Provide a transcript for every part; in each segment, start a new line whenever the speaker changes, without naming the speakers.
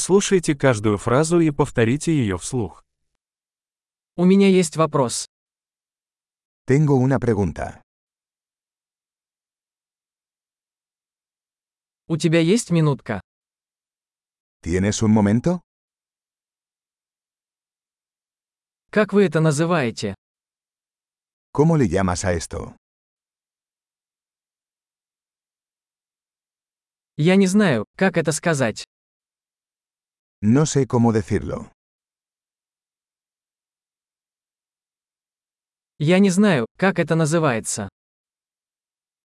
Прослушайте каждую фразу и повторите ее вслух.
У меня есть вопрос.
Tengo una pregunta.
У тебя есть минутка?
¿Tienes un momento?
Как вы это называете?
¿Cómo le llamas a esto?
Я не знаю, как это сказать.
No sé cómo decirlo.
Я не знаю, как это называется.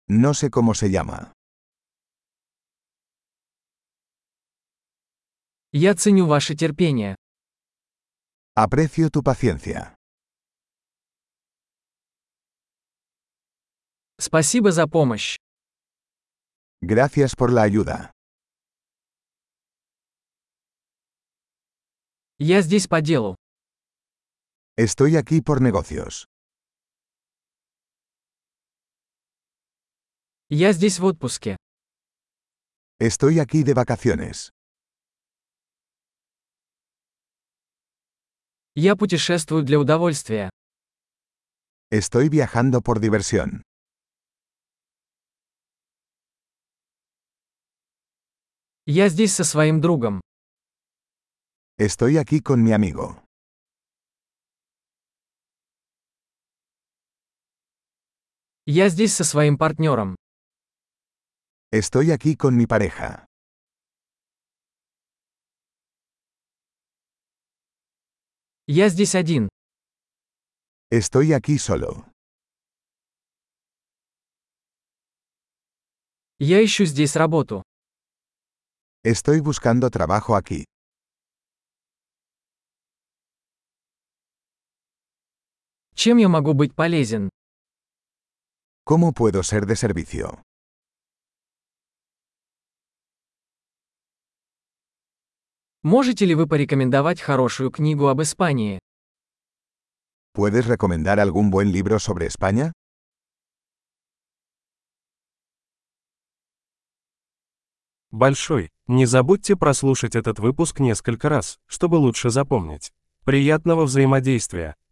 No sé cómo se llama.
Я ценю ваше терпение.
Aprecio tu paciencia.
Спасибо за помощь.
Gracias por la ayuda.
Я здесь по делу.
Estoy aquí por negocios.
Я здесь в отпуске.
Estoy aquí de vacaciones.
Я путешествую для удовольствия.
Estoy viajando por diversión.
Я здесь со своим другом.
Estoy aquí con mi amigo.
Я здесь со своим партнером.
Estoy aquí con mi pareja.
Я здесь один.
Estoy aquí solo.
Я ищу здесь работу.
Estoy buscando trabajo aquí.
Чем я могу быть полезен?
¿Cómo puedo ser de servicio?
Можете ли вы порекомендовать хорошую книгу об Испании?
¿Puedes recomendar algún buen libro sobre España?
Большой. Не забудьте прослушать этот выпуск несколько раз, чтобы лучше запомнить. Приятного взаимодействия!